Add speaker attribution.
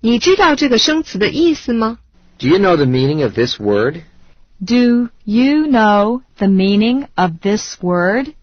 Speaker 1: 你知道这个生词的意思吗
Speaker 2: Do you know the meaning of this word?
Speaker 3: Do you know the meaning of this word?